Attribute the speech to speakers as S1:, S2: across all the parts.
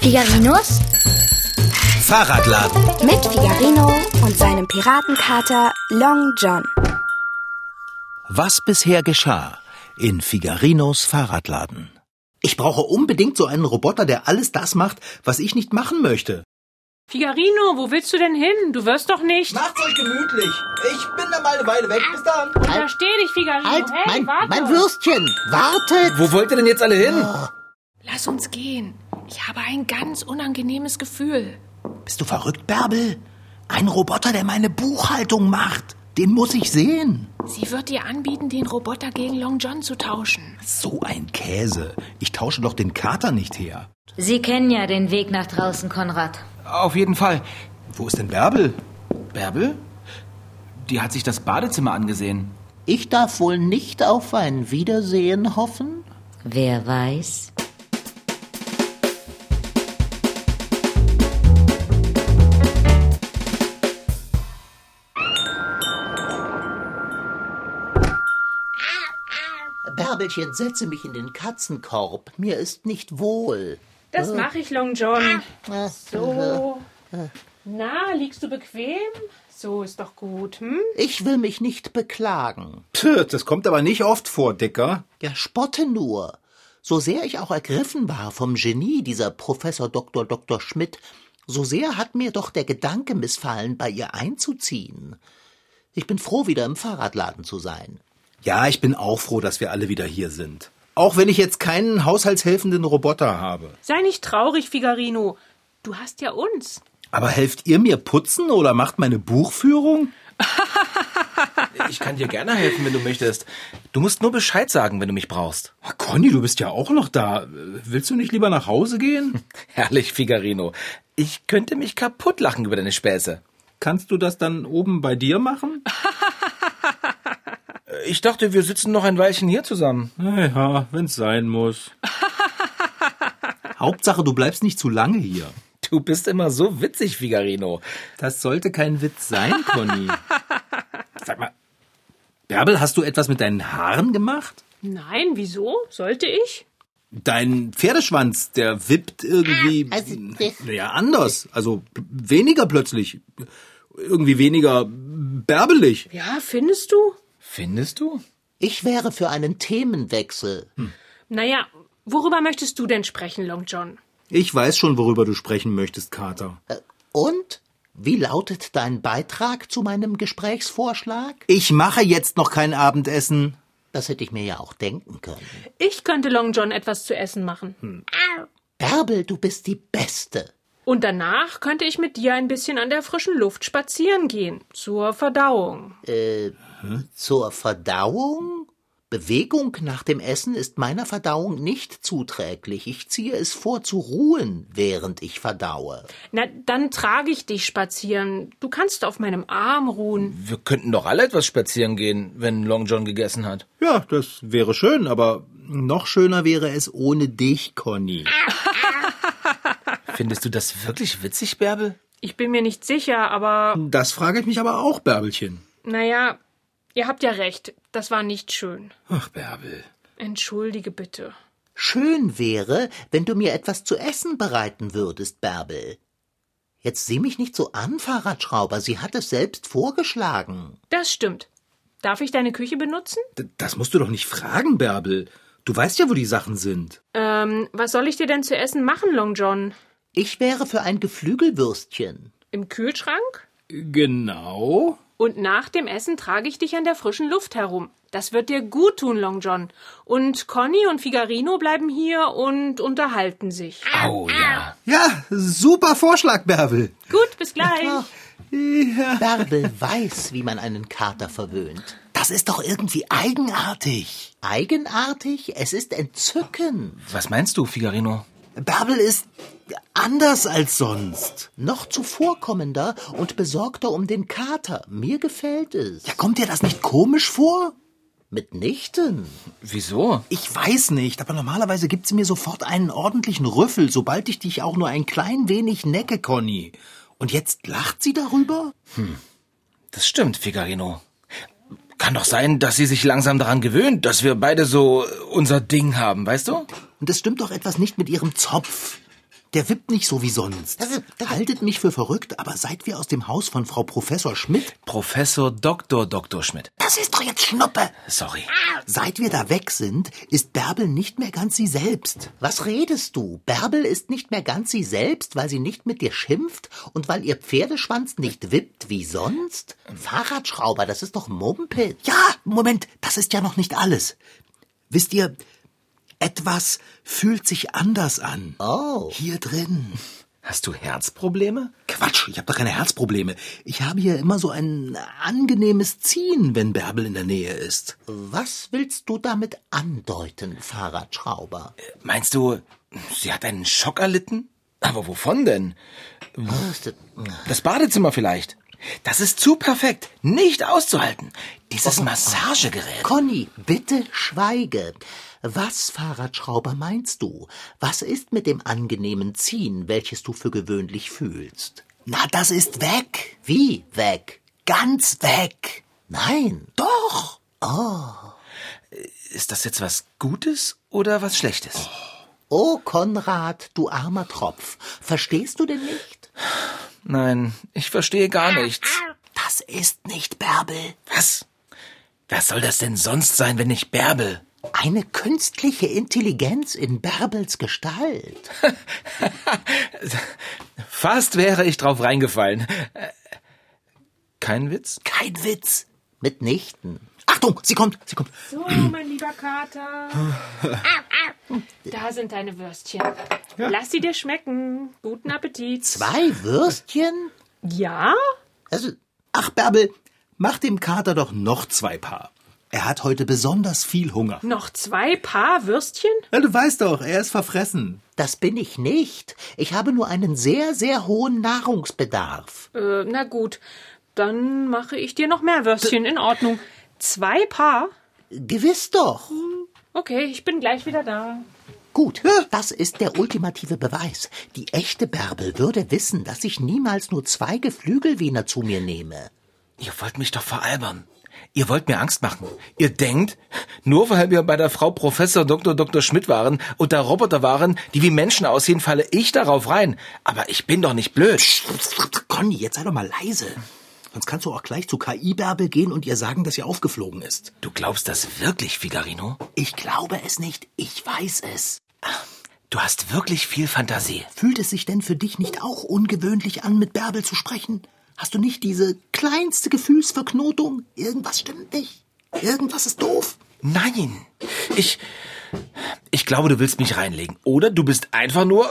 S1: Figarinos
S2: Fahrradladen.
S3: Mit Figarino und seinem Piratenkater Long John.
S2: Was bisher geschah in Figarinos Fahrradladen?
S4: Ich brauche unbedingt so einen Roboter, der alles das macht, was ich nicht machen möchte.
S5: Figarino, wo willst du denn hin? Du wirst doch nicht.
S6: Macht's euch gemütlich. Ich bin dann mal eine Weile weg. Bis dann.
S5: Untersteh dich, Figarino.
S7: Halt,
S5: hey,
S7: mein,
S5: warte.
S7: mein Würstchen, wartet!
S6: Wo wollt ihr denn jetzt alle hin?
S4: Oh,
S8: Lass uns gehen. Ich habe ein ganz unangenehmes Gefühl.
S4: Bist du verrückt, Bärbel? Ein Roboter, der meine Buchhaltung macht. Den muss ich sehen.
S8: Sie wird dir anbieten, den Roboter gegen Long John zu tauschen.
S4: So ein Käse. Ich tausche doch den Kater nicht her.
S1: Sie kennen ja den Weg nach draußen, Konrad.
S9: Auf jeden Fall.
S4: Wo ist denn Bärbel?
S9: Bärbel? Die hat sich das Badezimmer angesehen.
S7: Ich darf wohl nicht auf ein Wiedersehen hoffen?
S1: Wer weiß?
S7: Bärbelchen, setze mich in den Katzenkorb. Mir ist nicht wohl.
S5: Das mache ich, Long John.
S7: Äh,
S5: So. Na, liegst du bequem? So ist doch gut, hm?
S7: Ich will mich nicht beklagen.
S4: Tö, das kommt aber nicht oft vor, Dicker.
S7: Ja, spotte nur. So sehr ich auch ergriffen war vom Genie dieser Professor Dr. Dr. Schmidt, so sehr hat mir doch der Gedanke missfallen, bei ihr einzuziehen. Ich bin froh, wieder im Fahrradladen zu sein.
S4: Ja, ich bin auch froh, dass wir alle wieder hier sind. Auch wenn ich jetzt keinen haushaltshelfenden Roboter habe.
S5: Sei nicht traurig, Figarino. Du hast ja uns.
S4: Aber helft ihr mir putzen oder macht meine Buchführung?
S9: Ich kann dir gerne helfen, wenn du möchtest. Du musst nur Bescheid sagen, wenn du mich brauchst.
S4: Ah, Conny, du bist ja auch noch da. Äh, Willst du nicht lieber nach Hause gehen?
S9: Herrlich, Figarino. Ich könnte mich kaputt lachen über deine Späße.
S4: Kannst du das dann oben bei dir machen?
S9: Ich dachte, wir sitzen noch ein Weilchen hier zusammen.
S4: Naja, wenn's sein muss. Hauptsache, du bleibst nicht zu lange hier.
S9: Du bist immer so witzig, Figarino.
S4: Das sollte kein Witz sein, Conny. Sag mal, Bärbel, hast du etwas mit deinen Haaren gemacht?
S5: Nein, wieso? Sollte ich?
S4: Dein Pferdeschwanz, der wippt irgendwie
S7: also,
S4: äh, naja, anders. Also p- weniger plötzlich. Irgendwie weniger bärbelig.
S5: Ja, findest du?
S9: Findest du?
S7: Ich wäre für einen Themenwechsel.
S5: Naja, worüber möchtest du denn sprechen, Long John?
S4: Ich weiß schon, worüber du sprechen möchtest, Kater.
S7: Äh, Und? Wie lautet dein Beitrag zu meinem Gesprächsvorschlag?
S4: Ich mache jetzt noch kein Abendessen.
S7: Das hätte ich mir ja auch denken können.
S5: Ich könnte Long John etwas zu essen machen.
S7: Hm. Bärbel, du bist die Beste.
S5: Und danach könnte ich mit dir ein bisschen an der frischen Luft spazieren gehen. Zur Verdauung.
S7: Zur Verdauung? Bewegung nach dem Essen ist meiner Verdauung nicht zuträglich. Ich ziehe es vor zu ruhen, während ich verdaue.
S5: Na, dann trage ich dich spazieren. Du kannst auf meinem Arm ruhen.
S9: Wir könnten doch alle etwas spazieren gehen, wenn Long John gegessen hat.
S4: Ja, das wäre schön, aber noch schöner wäre es ohne dich, Conny.
S9: Findest du das wirklich witzig, Bärbel?
S5: Ich bin mir nicht sicher, aber
S4: Das frage ich mich aber auch, Bärbelchen.
S5: naja, ihr habt ja recht. Das war nicht schön.
S4: Ach, Bärbel.
S5: Entschuldige bitte.
S7: Schön wäre, wenn du mir etwas zu essen bereiten würdest, Bärbel. Jetzt sieh mich nicht so an, Fahrradschrauber. Sie hat es selbst vorgeschlagen.
S5: Das stimmt. Darf ich deine Küche benutzen?
S4: D- Das musst du doch nicht fragen, Bärbel. Du weißt ja, wo die Sachen sind.
S5: Ähm, was soll ich dir denn zu essen machen, Long John?
S7: Ich wäre für ein Geflügelwürstchen.
S5: Im Kühlschrank?
S4: Genau.
S5: Und nach dem Essen trage ich dich an der frischen Luft herum. Das wird dir gut tun, Long John. Und Conny und Figarino bleiben hier und unterhalten sich.
S9: Oh ja.
S4: Ja, super Vorschlag, Bärbel.
S5: Gut, bis gleich.
S7: Bärbel weiß, wie man einen Kater verwöhnt.
S4: Das ist doch irgendwie eigenartig.
S7: Eigenartig, es ist entzücken.
S9: Was meinst du, Figarino?
S4: Bärbel ist anders als sonst.
S7: Noch zuvorkommender und besorgter um den Kater. Mir gefällt es.
S4: Ja, kommt dir das nicht komisch vor?
S7: Mitnichten.
S9: Wieso?
S4: Ich weiß nicht, aber normalerweise gibt sie mir sofort einen ordentlichen Rüffel, sobald ich dich auch nur ein klein wenig necke, Conny. Und jetzt lacht sie darüber?
S9: Das stimmt, Figarino. Kann doch sein, dass sie sich langsam daran gewöhnt, dass wir beide so unser äh, Ding haben, weißt du?
S4: Und es stimmt doch etwas nicht mit ihrem Zopf. Der wippt nicht so wie sonst. Haltet mich für verrückt, aber seit wir aus dem Haus von Frau Professor Schmidt,
S9: Professor Dr. Dr. Schmidt.
S4: das ist doch jetzt Schnuppe,
S9: Sorry.
S4: seit wir da weg sind, ist Bärbel nicht mehr ganz sie selbst.
S7: Was redest du? Bärbel ist nicht mehr ganz sie selbst, weil sie nicht mit dir schimpft und weil ihr Pferdeschwanz nicht wippt wie sonst? Fahrradschrauber, das ist doch Mumpitz.
S4: Ja, Moment, das ist ja noch nicht alles. Wisst ihr, etwas fühlt sich anders an.
S7: Oh.
S4: Hier drin.
S9: Hast du Herzprobleme?
S4: Quatsch, ich habe doch keine Herzprobleme. Ich habe hier immer so ein angenehmes Ziehen, wenn Bärbel in der Nähe ist.
S7: Was willst du damit andeuten, Fahrradschrauber?
S9: Meinst du, sie hat einen Schock erlitten? Aber wovon denn?
S7: Äh,
S9: Das Badezimmer vielleicht. Das ist zu perfekt. Nicht auszuhalten.
S4: Oh.
S9: Dieses Massagegerät.
S7: Conny, bitte schweige. Was, Fahrradschrauber, meinst du? Was ist mit dem angenehmen Ziehen, welches du für gewöhnlich fühlst?
S4: Na, das ist weg.
S7: Wie weg?
S4: Ganz weg.
S7: Nein,
S4: Doch.
S9: Ist das jetzt was Gutes oder was Schlechtes?
S7: Oh, Konrad, du armer Tropf, verstehst du denn nicht?
S9: Nein, ich verstehe gar nichts.
S4: Das ist nicht Bärbel.
S9: Was? Was soll das denn sonst sein, wenn nicht Bärbel?
S7: Eine künstliche Intelligenz in Bärbels Gestalt.
S9: Fast wäre ich drauf reingefallen. Äh, Kein Witz?
S4: Kein Witz.
S7: Mitnichten.
S4: Achtung, sie kommt, sie kommt.
S5: So, mein lieber Kater. Da sind deine Würstchen. Lass sie dir schmecken. Guten Appetit.
S7: Bei Würstchen?
S5: Ja?
S7: Also,
S4: Ach, Bärbel, mach dem Kater doch noch zwei Paar. Er hat heute besonders viel Hunger.
S5: Noch zwei Paar Würstchen?
S4: Na, du weißt doch, er ist verfressen.
S7: das bin ich nicht. Ich habe nur einen sehr, sehr hohen Nahrungsbedarf.
S5: Äh, na gut. Dann mache ich dir noch mehr Würstchen. In Ordnung. Zwei Paar?
S7: Gewiss doch.
S5: Okay, ich bin gleich wieder da.
S7: Gut, das ist der ultimative Beweis. Die echte Bärbel würde wissen, dass ich niemals nur zwei Geflügelwiener zu mir nehme.
S9: Ihr wollt mich doch veralbern. Ihr wollt mir Angst machen. Ihr denkt, nur weil wir bei der Frau Professor Dr. Dr. Schmidt waren und da Roboter waren, die wie Menschen aussehen, falle ich darauf rein. Aber ich bin doch nicht blöd.
S4: Conny, jetzt sei doch mal leise. Sonst kannst du auch gleich zu KI-Bärbel gehen und ihr sagen, dass sie aufgeflogen ist.
S9: Du glaubst das wirklich, Figarino? Ah,
S4: Ich glaube es nicht, ich weiß es.
S9: Du hast wirklich viel Fantasie.
S4: Fühlt es sich denn für dich nicht auch ungewöhnlich an, mit Bärbel zu sprechen? Hast du nicht diese kleinste Gefühlsverknotung? Irgendwas stimmt nicht. Irgendwas ist doof.
S9: Nein. Ich. Ich glaube, du willst mich reinlegen. Oder du bist einfach nur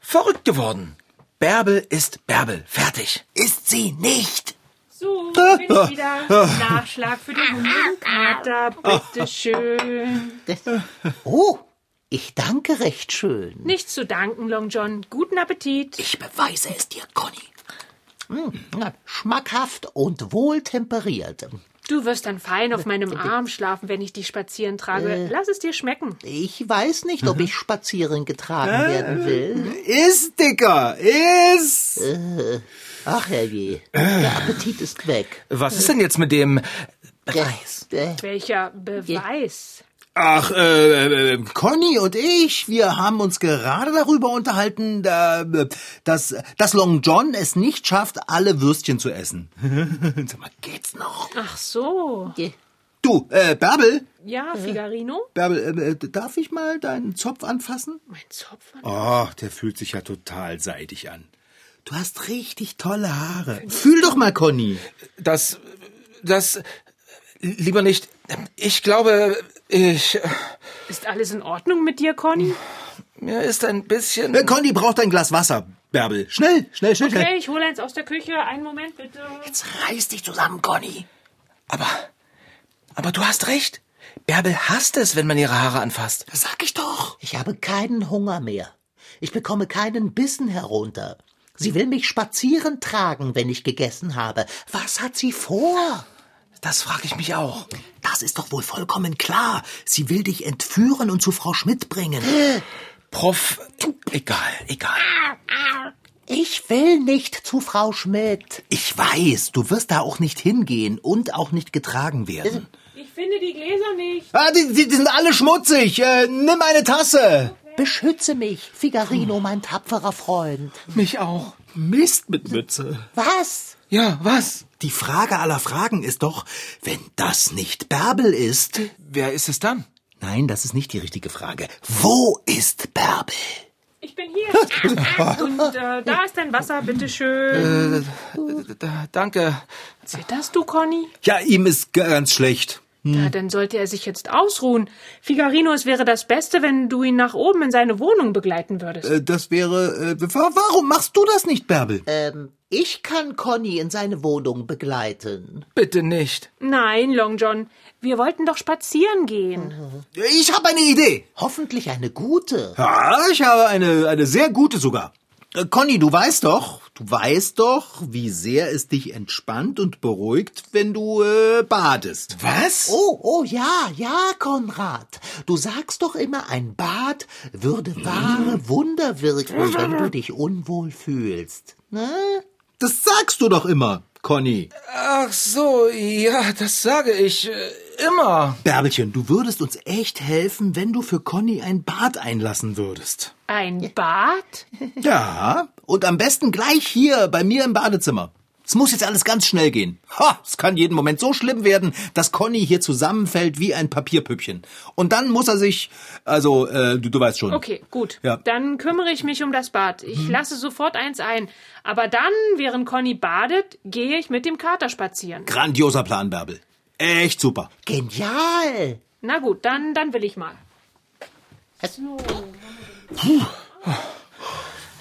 S9: verrückt geworden. Bärbel ist Bärbel. Fertig.
S4: Ist sie nicht.
S5: So, bin ich wieder. Nachschlag für den hungrigen Kater. Bitteschön.
S7: Oh, ich danke recht schön.
S5: Nichts zu danken, Long John. Guten Appetit.
S4: Ich beweise es dir, Conny.
S7: Hm, Schmackhaft und wohltemperiert.
S5: Du wirst dann fein auf meinem Arm schlafen, wenn ich dich spazieren trage. Lass es dir schmecken.
S7: Ich weiß nicht, ob ich spazieren getragen werden will.
S4: Ist, Dicker, ist.
S7: Ach, herrje, der Appetit ist weg. Äh,
S9: Was ist denn jetzt mit dem.
S7: Preis.
S5: Welcher Beweis.
S4: Ach, äh, äh, Conny und ich, wir haben uns gerade darüber unterhalten, da, äh, dass, dass Long John es nicht schafft, alle Würstchen zu essen. Sag mal, geht's noch?
S5: Ach so.
S4: Du, äh, Bärbel,
S5: Ja, Figarino?
S4: Bärbel, äh, äh, darf ich mal deinen Zopf anfassen?
S5: Mein Zopf.
S4: Oh, der fühlt sich ja total seidig an. Du hast richtig tolle Haare. Fühl doch mal, Conny.
S9: Das. Das. Lieber nicht. Ich glaube, ich.
S5: Ist alles in Ordnung mit dir, Conny?
S9: Mir ist ein bisschen.
S4: Äh, Conny braucht ein Glas Wasser, Bärbel. Schnell, schnell, schnell, schnell.
S5: Okay, ich hole eins aus der Küche. Einen Moment bitte.
S4: Jetzt reiß dich zusammen, Conny.
S9: Aber. Aber du hast recht. Bärbel hasst es, wenn man ihre Haare anfasst.
S4: Das sag ich doch.
S7: Ich habe keinen Hunger mehr. Ich bekomme keinen Bissen herunter. Sie will mich spazieren tragen, wenn ich gegessen habe. Was hat sie vor?
S9: Das frage ich mich auch.
S4: Das ist doch wohl vollkommen klar. Sie will dich entführen und zu Frau Schmidt bringen.
S9: Prof. Egal, egal.
S7: Ich will nicht zu Frau Schmidt.
S4: Ich weiß, du wirst da auch nicht hingehen und auch nicht getragen werden.
S5: Ich finde die Gläser nicht.
S4: Ah, die, die, die sind alle schmutzig. Äh, nimm eine Tasse.
S7: Beschütze mich, Figarino,
S4: Hm.
S7: mein tapferer Freund.
S9: Mich auch.
S4: Mist mit Mütze.
S7: Was?
S9: Ja, was?
S4: Die Frage aller Fragen ist doch, wenn das nicht Bärbel ist.
S9: Wer ist es dann?
S4: Nein, das ist nicht die richtige Frage. Wo ist Bärbel?
S5: Ich bin hier. Und äh, da ist dein Wasser, bitteschön.
S9: Äh, da- danke.
S5: Zitterst du, Conny?
S4: Ja, ihm ist ganz schlecht.
S5: Na, dann sollte er sich jetzt ausruhen. Figarino, es wäre das Beste, wenn du ihn nach oben in seine Wohnung begleiten würdest.
S4: Äh, Das wäre. Äh, wa- warum machst du das nicht, Bärbel?
S7: Ähm, ich kann Conny in seine Wohnung begleiten.
S9: Bitte nicht.
S5: Nein, Long John, wir wollten doch spazieren gehen.
S4: Ich habe eine Idee.
S7: Hoffentlich eine gute.
S4: Ja, ich habe eine, eine sehr gute sogar. Äh, Conny, du weißt doch, du weißt doch, wie sehr es dich entspannt und beruhigt, wenn du äh, badest. Was?
S7: Oh, oh ja, ja, Konrad. Du sagst doch immer, ein Bad würde wahre Wunder wirken, wenn du dich unwohl fühlst. Ne?
S4: Das sagst du doch immer, Conny.
S9: Ach so, ja, das sage ich äh, immer.
S4: Bärbelchen, du würdest uns echt helfen, wenn du für Conny ein Bad einlassen würdest.
S5: Ein Bad?
S4: Ja, und am besten gleich hier bei mir im Badezimmer. Es muss jetzt alles ganz schnell gehen. Ha, es kann jeden Moment so schlimm werden, dass Conny hier zusammenfällt wie ein Papierpüppchen. Und dann muss er sich, also äh, du, du weißt schon.
S5: Okay, gut.
S4: Ja.
S5: Dann kümmere ich mich um das Bad.
S7: Mhm.
S5: Ich lasse sofort eins ein. Aber dann, während Conny badet, gehe ich mit dem Kater spazieren.
S4: Grandioser Plan, Bärbel. Echt super.
S7: Genial.
S5: Na gut, dann, dann will ich mal.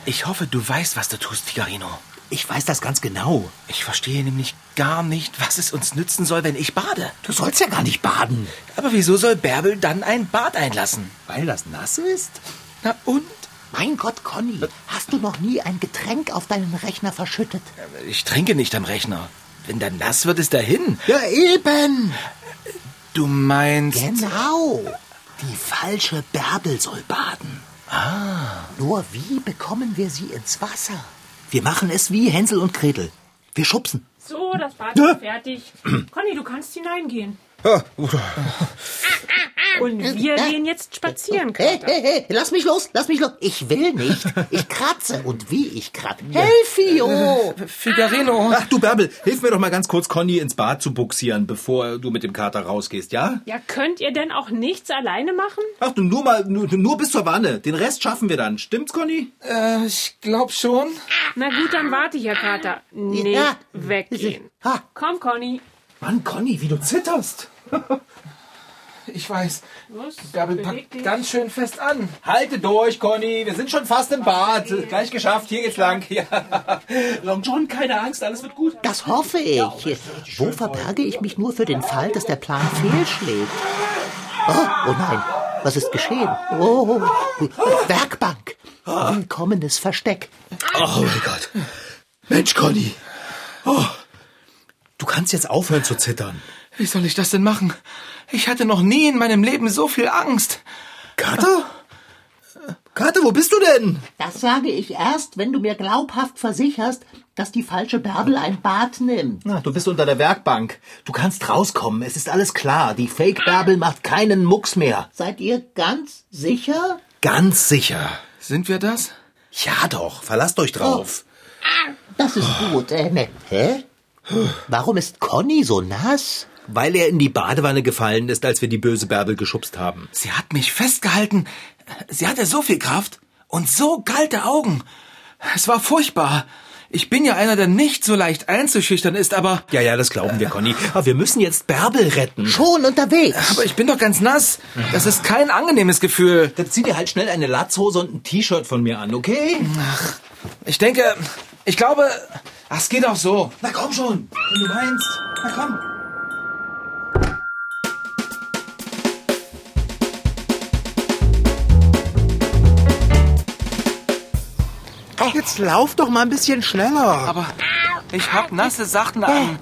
S9: Ich hoffe, du weißt, was du tust, Figarino.
S4: Ich weiß das ganz genau.
S9: Ich verstehe nämlich gar nicht, was es uns nützen soll, wenn ich bade.
S4: Du sollst ja gar nicht baden.
S9: Aber wieso soll Bärbel dann ein Bad einlassen?
S4: Weil das nass ist?
S9: Na und?
S7: Mein Gott, Conny, hast du noch nie ein Getränk auf deinen Rechner verschüttet?
S9: Ich trinke nicht am Rechner. Wenn dann nass wird, ist dahin.
S4: Ja, eben.
S9: Du meinst...
S7: Genau.
S4: Die falsche Bärbel soll baden.
S7: Nur wie bekommen wir sie ins Wasser?
S4: Ah. Wir machen es wie Hänsel und Gretel. Wir schubsen.
S5: So, das Bad ist fertig. Conny, du kannst hineingehen. Und wir gehen jetzt spazieren,
S7: Hey,
S5: Kater.
S7: hey, hey, lass mich los, lass mich los. Ich will nicht. Ich kratze. Und wie ich kratze. Helfio!
S9: Figarino.
S4: Ach du Bärbel, hilf mir doch mal ganz kurz, Conny ins Bad zu buxieren, bevor du mit dem Kater rausgehst, ja?
S5: Ja, könnt ihr denn auch nichts alleine machen?
S4: Ach du, nur mal, nur, nur bis zur Wanne. Den Rest schaffen wir dann. Stimmt's, Conny?
S9: Äh, ich glaub schon.
S5: Na gut, dann warte ich, Herr Kater. Nicht
S7: Ja.
S5: weggehen.
S7: Ha.
S5: Komm, Conny.
S4: Mann, Conny, wie du zitterst.
S9: Ich weiß.
S5: Los,
S9: Bärbel
S5: beweg
S9: packt
S5: dich.
S9: ganz schön fest an.
S4: Halte durch, Conny. Wir sind schon fast im Bad. Gleich geschafft. Hier geht's lang. Ja. Long John, keine Angst. Alles wird gut.
S7: Das hoffe ich. Wo verberge ich mich nur für den Fall, dass der Plan fehlschlägt? Oh, oh nein, was ist geschehen? Oh, Werkbank. Willkommenes Versteck.
S4: Oh mein Gott. Mensch, Conny. Oh. Du kannst jetzt aufhören zu zittern.
S9: Wie soll ich das denn machen? Ich hatte noch nie in meinem Leben so viel Angst.
S4: Kater? Kater, wo bist du denn?
S7: Das sage ich erst, wenn du mir glaubhaft versicherst, dass die falsche Bärbel ein Bad nimmt.
S4: Na, du bist unter der Werkbank. Du kannst rauskommen. Es ist alles klar. Die Fake-Bärbel macht keinen Mucks mehr.
S7: Seid ihr ganz sicher?
S4: Ganz sicher.
S9: Sind wir das?
S4: Ja doch, verlasst euch drauf.
S7: Das ist gut. Äh, ne. Hä? Warum ist Conny so nass?
S4: Weil er in die Badewanne gefallen ist, als wir die böse Bärbel geschubst haben.
S9: Sie hat mich festgehalten. Sie hatte so viel Kraft und so kalte Augen. Es war furchtbar. Ich bin ja einer, der nicht so leicht einzuschüchtern ist, aber,
S4: Ja, ja, das glauben wir, Conny. Aber wir müssen jetzt Bärbel retten.
S7: Schon unterwegs.
S9: aber ich bin doch ganz nass. Das ist kein angenehmes Gefühl.
S4: Dann zieh dir halt schnell eine Latzhose und ein T-Shirt von mir an, okay?
S9: Ich denke, ich glaube, ach, es geht auch so.
S4: Na komm schon, wenn du meinst. Na komm.
S10: Jetzt lauf doch mal ein bisschen schneller.
S9: Ah.
S10: Ah.
S9: Aber ich hab nasse Sachen an.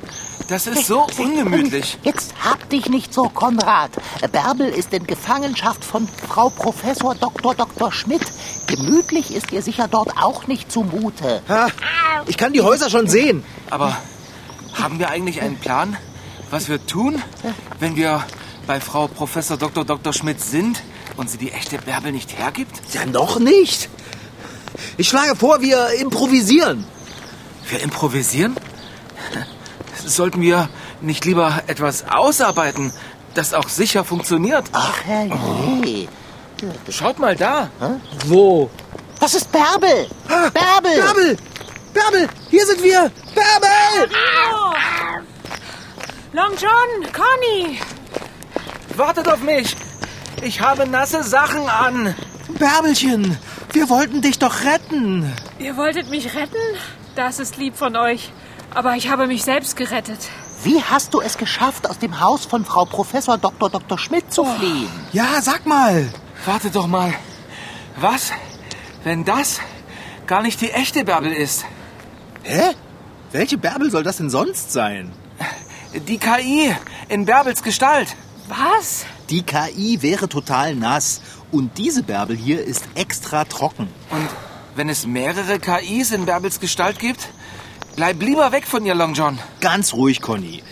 S9: Das ist so ungemütlich.
S7: Jetzt hab dich nicht so, Konrad. Bärbel ist in Gefangenschaft von Frau Professor Dr. Dr. Schmidt. Gemütlich ist ihr sicher dort auch nicht zumute.
S10: Ha, ich kann die Häuser schon sehen.
S9: Aber haben wir eigentlich einen Plan, was wir tun, wenn wir bei Frau Professor Dr. Dr. Schmidt sind und sie die echte Bärbel nicht hergibt?
S4: Ja, noch nicht. Ich schlage vor, wir improvisieren.
S9: Wir improvisieren? Sollten wir nicht lieber etwas ausarbeiten, das auch sicher funktioniert?
S7: Ach, herrje.
S9: Schaut mal da.
S10: Wo?
S7: Das ist Bärbel. Bärbel.
S4: Bärbel! Bärbel! Hier sind wir! Bärbel!
S5: Long John, Conny!
S9: Wartet auf mich. Ich habe nasse Sachen an.
S10: Bärbelchen, wir wollten dich doch retten.
S5: Ihr wolltet mich retten? Das ist lieb von euch. Aber ich habe mich selbst gerettet.
S7: Wie hast du es geschafft, aus dem Haus von Frau Professor Dr. Dr. Schmidt zu fliehen?
S10: Ja, sag mal.
S9: Wartet doch mal. Was, wenn das gar nicht die echte Bärbel ist?
S4: Hä? Welche Bärbel soll das denn sonst sein?
S9: Die KI in Bärbels Gestalt.
S5: Was?
S4: Die KI wäre total nass. Und diese Bärbel hier ist extra trocken.
S9: Und wenn es mehrere KIs in Bärbels Gestalt gibt, bleib lieber weg von ihr, Long John.
S4: Ganz ruhig, Conny.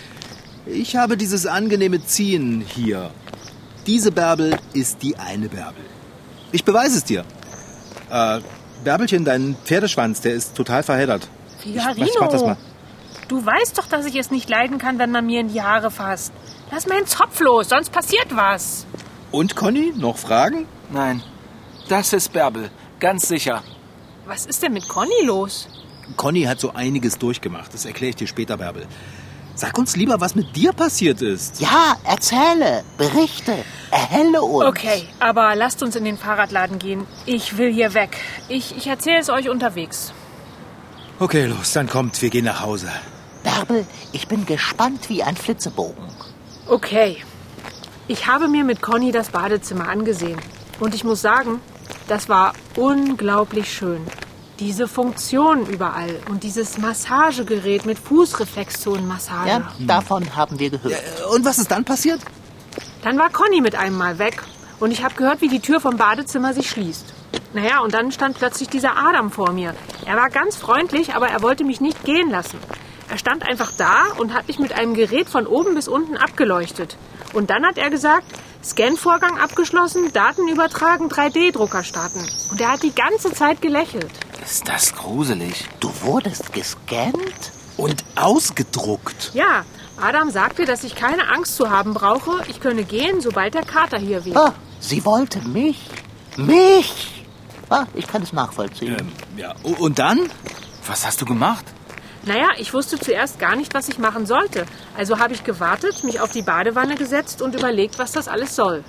S4: Ich habe dieses angenehme Ziehen hier. Diese Bärbel ist die eine Bärbel. Ich beweise es dir. Äh, Bärbelchen, dein Pferdeschwanz, der ist total verheddert. Ich mach das
S5: Figarino,
S4: mal.
S5: du weißt doch, dass ich es nicht leiden kann, wenn man mir in die Haare fasst. Lass meinen Zopf los, sonst passiert was.
S4: Und Conny, noch Fragen?
S9: Nein, das ist Bärbel. Ganz sicher.
S5: Was ist denn mit Conny los?
S4: Conny hat so einiges durchgemacht. Das erkläre ich dir später, Bärbel. Sag uns lieber, was mit dir passiert ist.
S7: Ja, erzähle, berichte, erhelle uns.
S5: Okay, aber lasst uns in den Fahrradladen gehen. Ich will hier weg. Ich, ich erzähle es euch unterwegs.
S4: Okay, los, dann kommt, wir gehen nach Hause.
S7: Bärbel, ich bin gespannt wie ein Flitzebogen.
S5: Okay. Ich habe mir mit Conny das Badezimmer angesehen. Und ich muss sagen, das war unglaublich schön. Diese Funktion überall und dieses Massagegerät mit Fußreflexzonenmassage.
S7: Ja, davon haben wir gehört.
S4: Und was ist dann passiert?
S5: Dann war Conny mit einem Mal weg und ich habe gehört, wie die Tür vom Badezimmer sich schließt. Naja, und dann stand plötzlich dieser Adam vor mir. Er war ganz freundlich, aber er wollte mich nicht gehen lassen. Er stand einfach da und hat mich mit einem Gerät von oben bis unten abgeleuchtet. Und dann hat er gesagt, Scanvorgang abgeschlossen, Daten übertragen, 3D-Drucker starten. Und er hat die ganze Zeit gelächelt.
S9: Ist das gruselig.
S7: Du wurdest gescannt?
S4: Und ausgedruckt.
S5: Ja, Adam sagte, dass ich keine Angst zu haben brauche. Ich könne gehen, sobald der Kater hier wäre.
S7: Ah, sie wollte mich. Mich! Ah, ich kann es nachvollziehen.
S4: Ja, u- und dann?
S9: Was hast du gemacht?
S5: Naja, ich wusste zuerst gar nicht, was ich machen sollte. Also habe ich gewartet, mich auf die Badewanne gesetzt und überlegt, was das alles soll.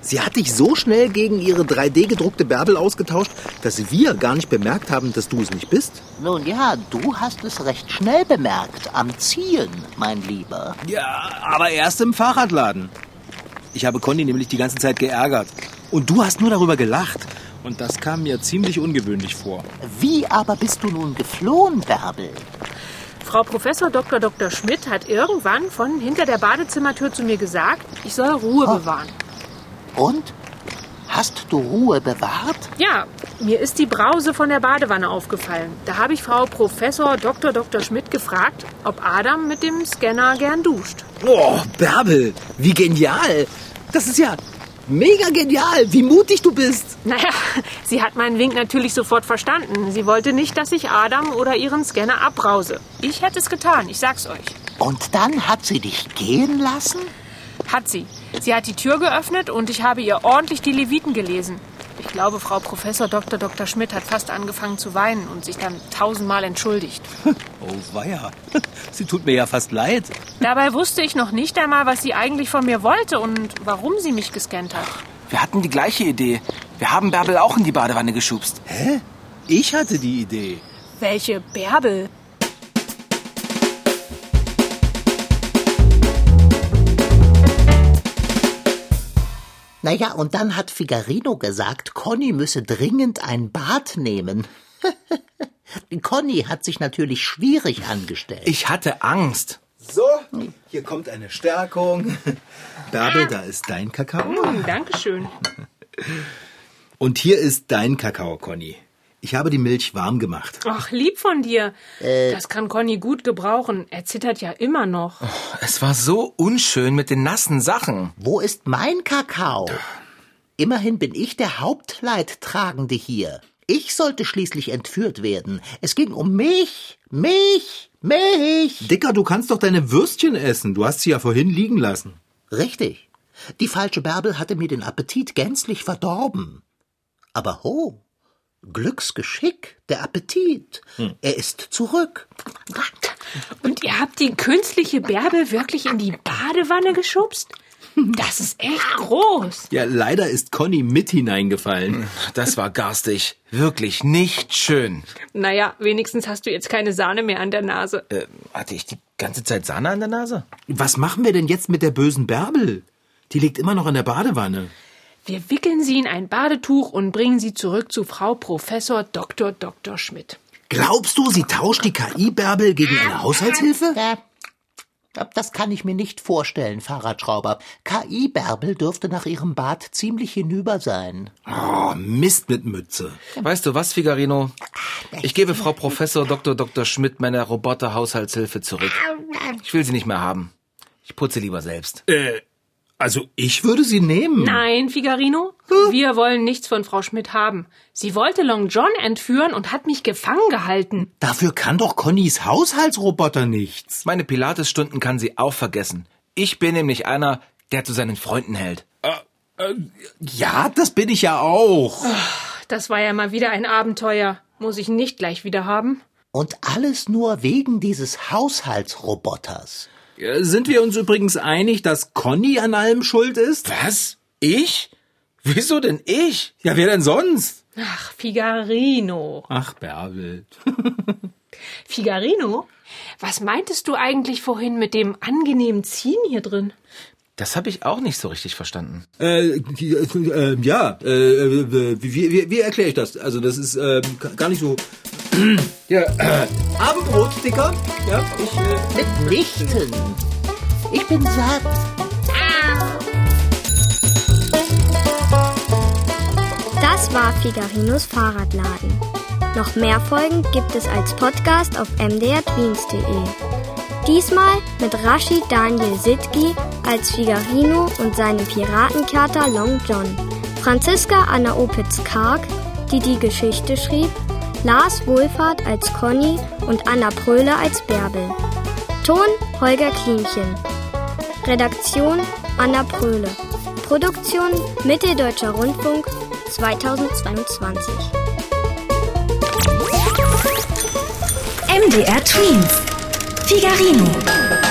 S4: Sie hat dich so schnell gegen ihre 3D-gedruckte Bärbel ausgetauscht, dass wir gar nicht bemerkt haben, dass du es nicht bist.
S7: Nun ja, du hast es recht schnell bemerkt. Am Ziehen, mein Lieber.
S4: Ja, aber erst im Fahrradladen. Ich habe Conny nämlich die ganze Zeit geärgert. Und du hast nur darüber gelacht. Und das kam mir ziemlich ungewöhnlich vor.
S7: Wie aber bist du nun geflohen, Bärbel?
S5: Frau Professor Dr. Dr. Schmidt hat irgendwann von hinter der Badezimmertür zu mir gesagt, ich soll Ruhe bewahren.
S7: Und? Hast du Ruhe bewahrt?
S5: Ja, mir ist die Brause von der Badewanne aufgefallen. Da habe ich Frau Professor Dr. Dr. Schmidt gefragt, ob Adam mit dem Scanner gern duscht.
S4: Oh, Bärbel, wie genial. Das ist ja mega genial, wie mutig du bist.
S5: Naja, sie hat meinen Wink natürlich sofort verstanden. Sie wollte nicht, dass ich Adam oder ihren Scanner abbrause. Ich hätte es getan, ich sag's euch.
S7: Und dann hat sie dich gehen lassen?
S5: Hat sie. Sie hat die Tür geöffnet und ich habe ihr ordentlich die Leviten gelesen. Ich glaube, Frau Professor Dr. Dr. Schmidt hat fast angefangen zu weinen und sich dann tausendmal entschuldigt.
S4: Oh, weia. Sie tut mir ja fast leid.
S5: Dabei wusste ich noch nicht einmal, was sie eigentlich von mir wollte und warum sie mich gescannt hat.
S9: Wir hatten die gleiche Idee. Wir haben Bärbel auch in die Badewanne geschubst.
S4: Ich hatte die Idee.
S5: Welche Bärbel.
S7: Naja, und dann hat Figarino gesagt, Conny müsse dringend ein Bad nehmen. Conny hat sich natürlich schwierig angestellt.
S9: Ich hatte Angst.
S4: So, hier kommt eine Stärkung. Bärbel, da ist dein Kakao.
S5: Hm, Dankeschön.
S4: Und hier ist dein Kakao, Conny. Ich habe die Milch warm gemacht.
S5: Ach, lieb von dir. Das kann Conny gut gebrauchen. Er zittert ja immer noch.
S9: Es war so unschön mit den nassen Sachen.
S7: Wo ist mein Kakao? Immerhin bin ich der Hauptleidtragende hier. Ich sollte schließlich entführt werden. Es ging um mich, mich, mich.
S4: Dicker, du kannst doch deine Würstchen essen. Du hast sie ja vorhin liegen lassen.
S7: Richtig. Die falsche Bärbel hatte mir den Appetit gänzlich verdorben. Aber ho, Glücksgeschick, der Appetit. Er ist zurück.
S5: Und ihr habt die künstliche Bärbel wirklich in die Badewanne geschubst? Das ist echt groß.
S4: Ja, leider ist Conny mit hineingefallen.
S9: Das war garstig. Wirklich nicht schön.
S5: Naja, wenigstens hast du jetzt keine Sahne mehr an der Nase.
S9: Äh, hatte ich die ganze Zeit Sahne an der Nase?
S4: Was machen wir denn jetzt mit der bösen Bärbel? Die liegt immer noch in der Badewanne.
S5: Wir wickeln sie in ein Badetuch und bringen sie zurück zu Frau Professor Dr. Dr. Schmidt.
S4: Glaubst du, sie tauscht die KI-Bärbel gegen eine Haushaltshilfe?
S7: Ja. Äh, Das kann ich mir nicht vorstellen, Fahrradschrauber. KI-Bärbel dürfte nach ihrem Bad ziemlich hinüber sein.
S4: Oh, Mist mit Mütze.
S9: Weißt du was, Figarino? Ich gebe Frau Professor Dr. Dr. Schmidt meine Roboter-Haushaltshilfe zurück. Ich will sie nicht mehr haben. Ich putze lieber selbst.
S4: Also ich würde sie nehmen.
S5: Nein, Figarino, wir wollen nichts von Frau Schmidt haben. Sie wollte Long John entführen und hat mich gefangen gehalten.
S4: Dafür kann doch Connys Haushaltsroboter nichts.
S9: Meine Pilates-Stunden kann sie auch vergessen. Ich bin nämlich einer, der zu seinen Freunden hält.
S4: Ja, das bin ich ja auch.
S5: Das war ja mal wieder ein Abenteuer. Muss ich nicht gleich wieder haben.
S7: Und alles nur wegen dieses Haushaltsroboters.
S4: Äh, Sind wir uns übrigens einig, dass Conny an allem schuld ist?
S9: Was? Ich? Wieso denn ich?
S4: Ja, wer denn sonst?
S5: Ach, Figarino.
S4: Ach, Bärbel.
S5: Figarino? Was meintest du eigentlich vorhin mit dem angenehmen Ziehen hier drin?
S9: Das habe ich auch nicht so richtig verstanden.
S4: Äh, die, äh, äh, ja, äh, äh, wie, wie, wie erkläre ich das? Also das ist äh, gar nicht so... ja, äh, Abendbrot, Dicker. Ja, ich... Äh,
S7: Mitnichten. Ich bin satt.
S3: Das war Figarinos Fahrradladen. Noch mehr Folgen gibt es als Podcast auf mdrtweens.de. E. Diesmal mit Rashid Daniel Sitki als Figarino und seinem Piratenkater Long John. Franziska Anna Opitz-Karg, die die Geschichte schrieb, Lars Wohlfahrt als Conny und Anna Pröhle als Bärbel. Ton Holger Klimchen. Redaktion Anna Pröhle. Produktion Mitteldeutscher Rundfunk 2022.
S11: MDR Tweens. Figarino.